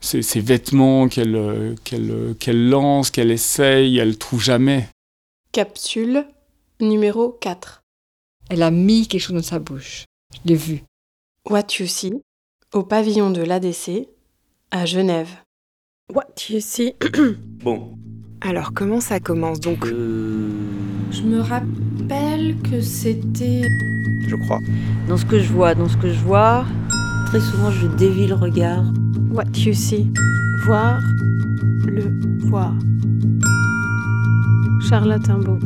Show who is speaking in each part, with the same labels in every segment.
Speaker 1: ses, ses vêtements qu'elle euh, qu'elle, euh, qu'elle lance, qu'elle essaye, elle trouve jamais.
Speaker 2: Capsule numéro 4.
Speaker 3: Elle a mis quelque chose dans sa bouche. Je l'ai vu.
Speaker 2: What you see au pavillon de l'ADC à Genève.
Speaker 4: What you see
Speaker 5: Bon.
Speaker 6: Alors comment ça commence donc
Speaker 7: Je me rappelle que c'était.
Speaker 5: Je crois.
Speaker 8: Dans ce que je vois, dans ce que je vois, très souvent je dévie le regard.
Speaker 4: What you see Voir le voir. Charlotte Imbaud.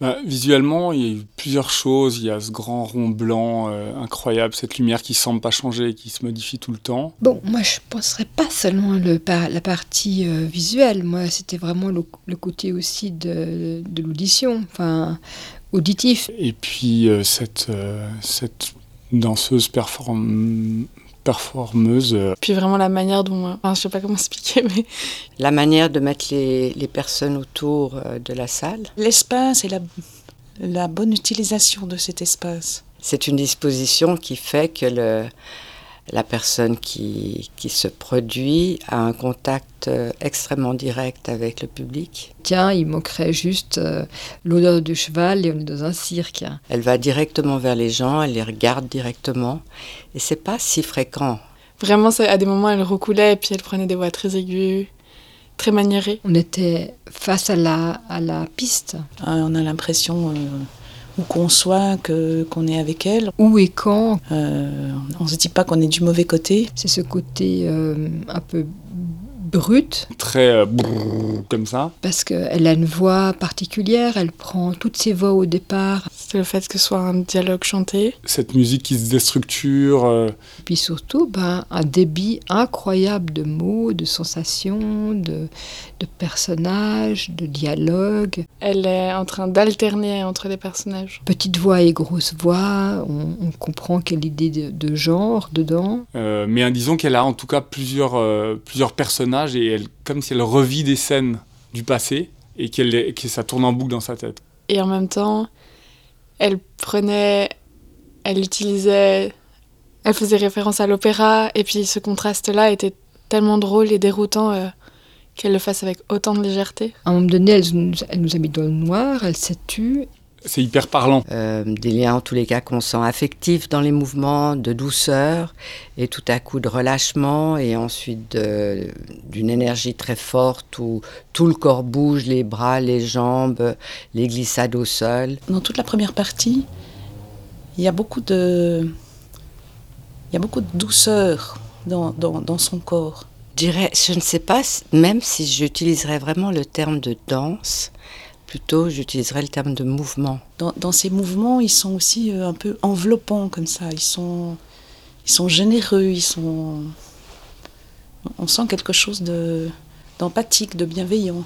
Speaker 1: Bah, visuellement, il y a eu plusieurs choses. Il y a ce grand rond blanc euh, incroyable, cette lumière qui semble pas changer, qui se modifie tout le temps.
Speaker 9: Bon, moi je penserais pas seulement le par- la partie euh, visuelle, moi c'était vraiment le, le côté aussi de, de l'audition, enfin auditif.
Speaker 1: Et puis euh, cette, euh, cette danseuse perform- performeuse, euh,
Speaker 7: Puis vraiment la manière dont. euh, Enfin, je sais pas comment expliquer, mais.
Speaker 10: La manière de mettre les, les personnes autour euh, de la salle.
Speaker 11: L'espace et la, la bonne utilisation de cet espace.
Speaker 10: C'est une disposition qui fait que le- la personne qui, qui se produit a un contact euh, extrêmement direct avec le public.
Speaker 3: Tiens, il manquerait juste euh, l'odeur du cheval et on est dans un cirque.
Speaker 10: Elle va directement vers les gens, elle les regarde directement et c'est pas si fréquent.
Speaker 7: Vraiment, ça- à des moments, elle recoulait et puis elle prenait des voix très aiguës, très maniérées.
Speaker 3: On était face à la, à la piste.
Speaker 11: Euh, on a l'impression, euh, où qu'on soit, que, qu'on est avec elle.
Speaker 3: Où et quand
Speaker 11: Euh, on se dit pas qu'on est du mauvais côté.
Speaker 3: C'est ce côté euh, un peu brut
Speaker 1: très euh, brrr, comme ça.
Speaker 3: parce qu'elle a une voix particulière, elle prend toutes ses voix au départ,
Speaker 7: C'était le fait que ce soit un dialogue chanté.
Speaker 1: Cette musique qui se déstructure, euh,
Speaker 3: puis surtout ben, un débit incroyable de mots, de sensations, de, de personnages, de dialogues,
Speaker 7: Elle est en train d'alterner entre les personnages.
Speaker 3: petite voix et grosse voix, on, on comprend quelle idée de, de genre dedans.
Speaker 1: euh, mais euh, disons qu'elle a en tout cas plusieurs, euh, plusieurs personnages et elle, comme si elle revit des scènes du passé et qu'elle, les- que ça tourne en boucle dans sa tête.
Speaker 7: Et en même temps, elle prenait. Elle utilisait. Elle faisait référence à l'opéra. Et puis ce contraste-là était tellement drôle et déroutant euh, qu'elle le fasse avec autant de légèreté.
Speaker 3: À un moment donné, elle, nous- elle nous a mis dans le noir, elle s'est tue,
Speaker 1: C'est hyper parlant.
Speaker 10: Euh, des liens en tous les cas qu'on sent affectifs dans les mouvements, de douceur et tout à coup de relâchement et ensuite de- d'une énergie très forte où tout le corps bouge, les bras, les jambes, les glissades au sol.
Speaker 11: Dans toute la première partie, il y a beaucoup de, il y a beaucoup de douceur dans, dans, dans son corps.
Speaker 10: Je dirais, je ne sais pas, si- même si j'utiliserais vraiment le terme de danse, plutôt j'utiliserais le terme de mouvement.
Speaker 11: Dans, dans ses mouvements, ils sont aussi euh, un peu enveloppants comme ça. Ils sont, ils sont généreux. Ils sont, on sent quelque chose de d'empathique, de bienveillant.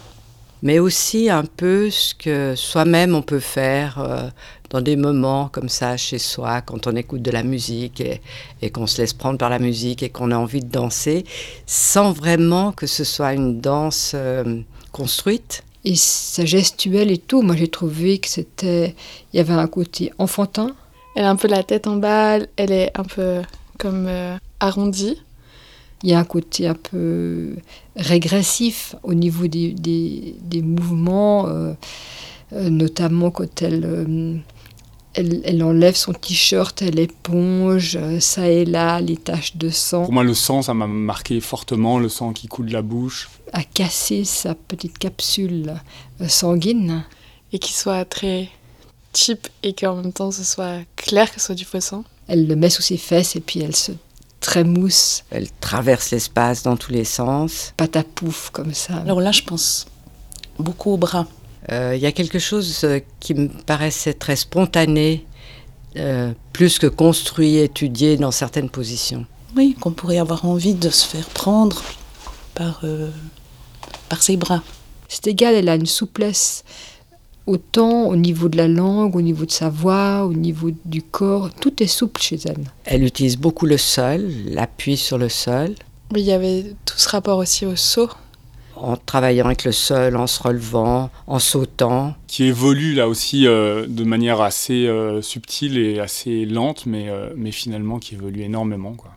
Speaker 10: mais aussi un peu ce que soi-même on peut faire euh, dans des moments comme ça chez soi, quand on écoute de la musique et, et qu'on se laisse prendre par la musique et qu'on a envie de danser, sans vraiment que ce soit une danse euh, construite.
Speaker 3: et sa gestuelle et tout, moi j'ai trouvé que c'était, il y avait un côté enfantin,
Speaker 7: Elle a un peu la tête en bas, elle est un peu comme euh, arrondie.
Speaker 3: il y a un côté un peu régressif au niveau des, des- des mouvements, euh, euh, notamment quand elle, euh, elle, elle enlève son t-shirt, elle éponge euh, ça et là les taches de sang,
Speaker 1: Pour moi, le sang, ça m'a marqué fortement, le sang qui coule de la bouche.
Speaker 3: à casser sa petite capsule euh, sanguine.
Speaker 7: Et qui soit très cheap et qu'en même temps ce soit clair, que ce soit du faux sang.
Speaker 3: Elle le met sous ses fesses et puis elle se trémousse,
Speaker 10: Elle traverse l'espace dans tous les sens.
Speaker 3: patapouf comme ça.
Speaker 11: Alors là, je pense beaucoup aux bras.
Speaker 10: Euh, Il y a quelque chose euh, qui me paraissait très spontané, euh, plus que construit, étudié dans certaines positions.
Speaker 11: Oui, qu'on pourrait avoir envie de se faire prendre par, euh, par ses bras.
Speaker 3: C'est égal, elle a une souplesse autant au niveau de la langue, au niveau de sa voix, au niveau du corps, tout est souple chez elle.
Speaker 10: Elle utilise beaucoup le sol, l'appui sur le sol.
Speaker 7: Mais il y avait tout ce rapport aussi au saut.
Speaker 10: en travaillant avec le sol, en se relevant, en sautant.
Speaker 1: qui évolue là aussi euh, de manière assez euh, subtile et assez lente, mais, euh, mais finalement qui évolue énormément. Quoi.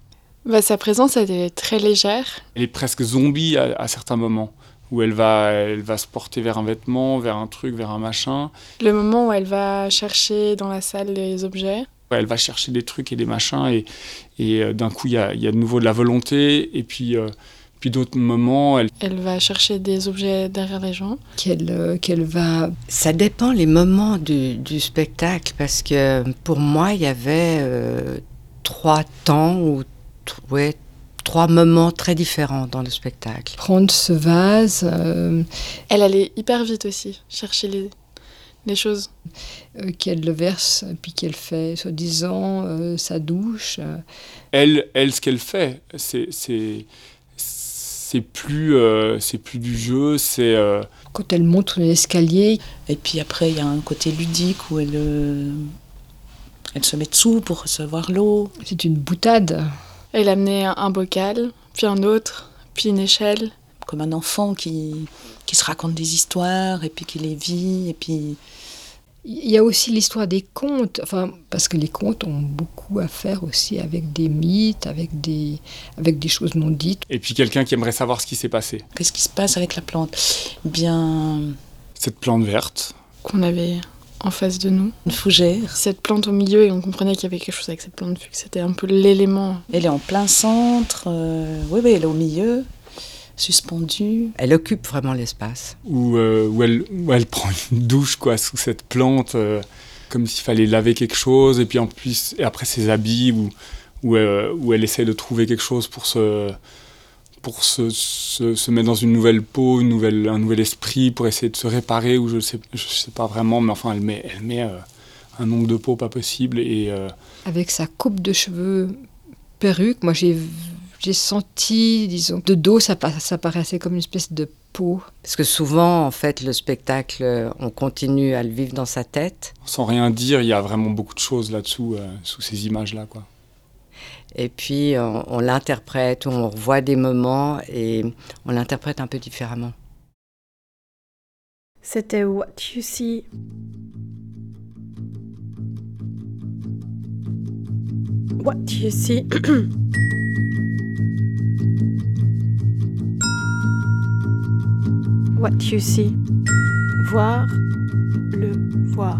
Speaker 7: Bah, sa présence, elle est très légère.
Speaker 1: Elle est presque zombie à, à, certains moments, où elle va, elle va se porter vers un vêtement, vers un truc, vers un machin.
Speaker 7: Le moment où elle va chercher dans la salle les objets.
Speaker 1: Elle va chercher des trucs et des machins, et, et euh, d'un coup, il y a, y a, de nouveau de la volonté, et puis, euh, puis d'autres moments. Elle...
Speaker 7: elle va chercher des objets derrière les gens.
Speaker 3: Qu'elle euh, qu'elle va.
Speaker 10: Ça dépend les moments du, du, spectacle, parce que pour moi, il y avait euh, trois temps ou ouais, trois moments très différents dans le spectacle.
Speaker 3: Prendre ce vase. Euh...
Speaker 7: Elle allait hyper vite aussi, chercher les, les choses.
Speaker 3: Euh, qu'elle le verse, puis qu'elle fait, soi-disant, euh, sa douche.
Speaker 1: Elle, elle ce qu'elle fait, c'est. c'est... c'est plus, euh, c'est plus du jeu, c'est... euh,
Speaker 3: Quand elle monte l'escalier...
Speaker 11: Et puis après, il y a un côté ludique où elle, euh, elle se met dessous pour recevoir l'eau.
Speaker 3: C'est une boutade.
Speaker 7: Elle amenait un, un, bocal, puis un autre, puis une échelle.
Speaker 11: Comme un enfant qui, qui se raconte des histoires et puis qui les vit. Et puis...
Speaker 3: Il y a aussi l'histoire des contes, enfin, parce que les contes ont beaucoup à faire aussi avec des mythes, avec des, avec des choses non dites.
Speaker 1: Et puis quelqu'un qui aimerait savoir ce qui s'est passé.
Speaker 11: Qu'est-ce qui se passe avec la plante Eh Bien.
Speaker 1: Cette plante verte.
Speaker 7: Qu'on avait en face de nous.
Speaker 11: Une fougère.
Speaker 7: Cette plante au milieu, et on comprenait qu'il y avait quelque chose avec cette plante, vu que c'était un peu l'élément.
Speaker 11: Elle est en plein centre, euh, oui, oui, elle est au milieu, suspendue.
Speaker 10: Elle occupe vraiment l'espace.
Speaker 1: Où, euh, où, elle, où elle prend une douche, quoi, sous cette plante, euh, comme s'il fallait laver quelque chose, et puis en plus, et après ses habits, où, où, euh, où elle essaie de trouver quelque chose pour se pour se, se, se, mettre dans une nouvelle peau, une nouvelle, un nouvel esprit, pour essayer de se réparer, ou je sais, je sais pas vraiment, mais enfin, elle met, elle met euh, un nombre de peaux pas possible. Et, euh...
Speaker 3: Avec sa coupe de cheveux perruque, moi j'ai, j'ai senti, disons, de dos, ça, ça paraissait comme une espèce de peau.
Speaker 10: Parce que souvent, en fait, le spectacle, euh, on continue à le vivre dans sa tête.
Speaker 1: Sans rien dire, il y a vraiment beaucoup de choses là-dessous, euh, sous ces images-là, quoi
Speaker 10: et puis on, on l'interprète, on revoit des moments et on l'interprète un peu différemment.
Speaker 4: C'était What You See. What You See. What You See. Voir le voir.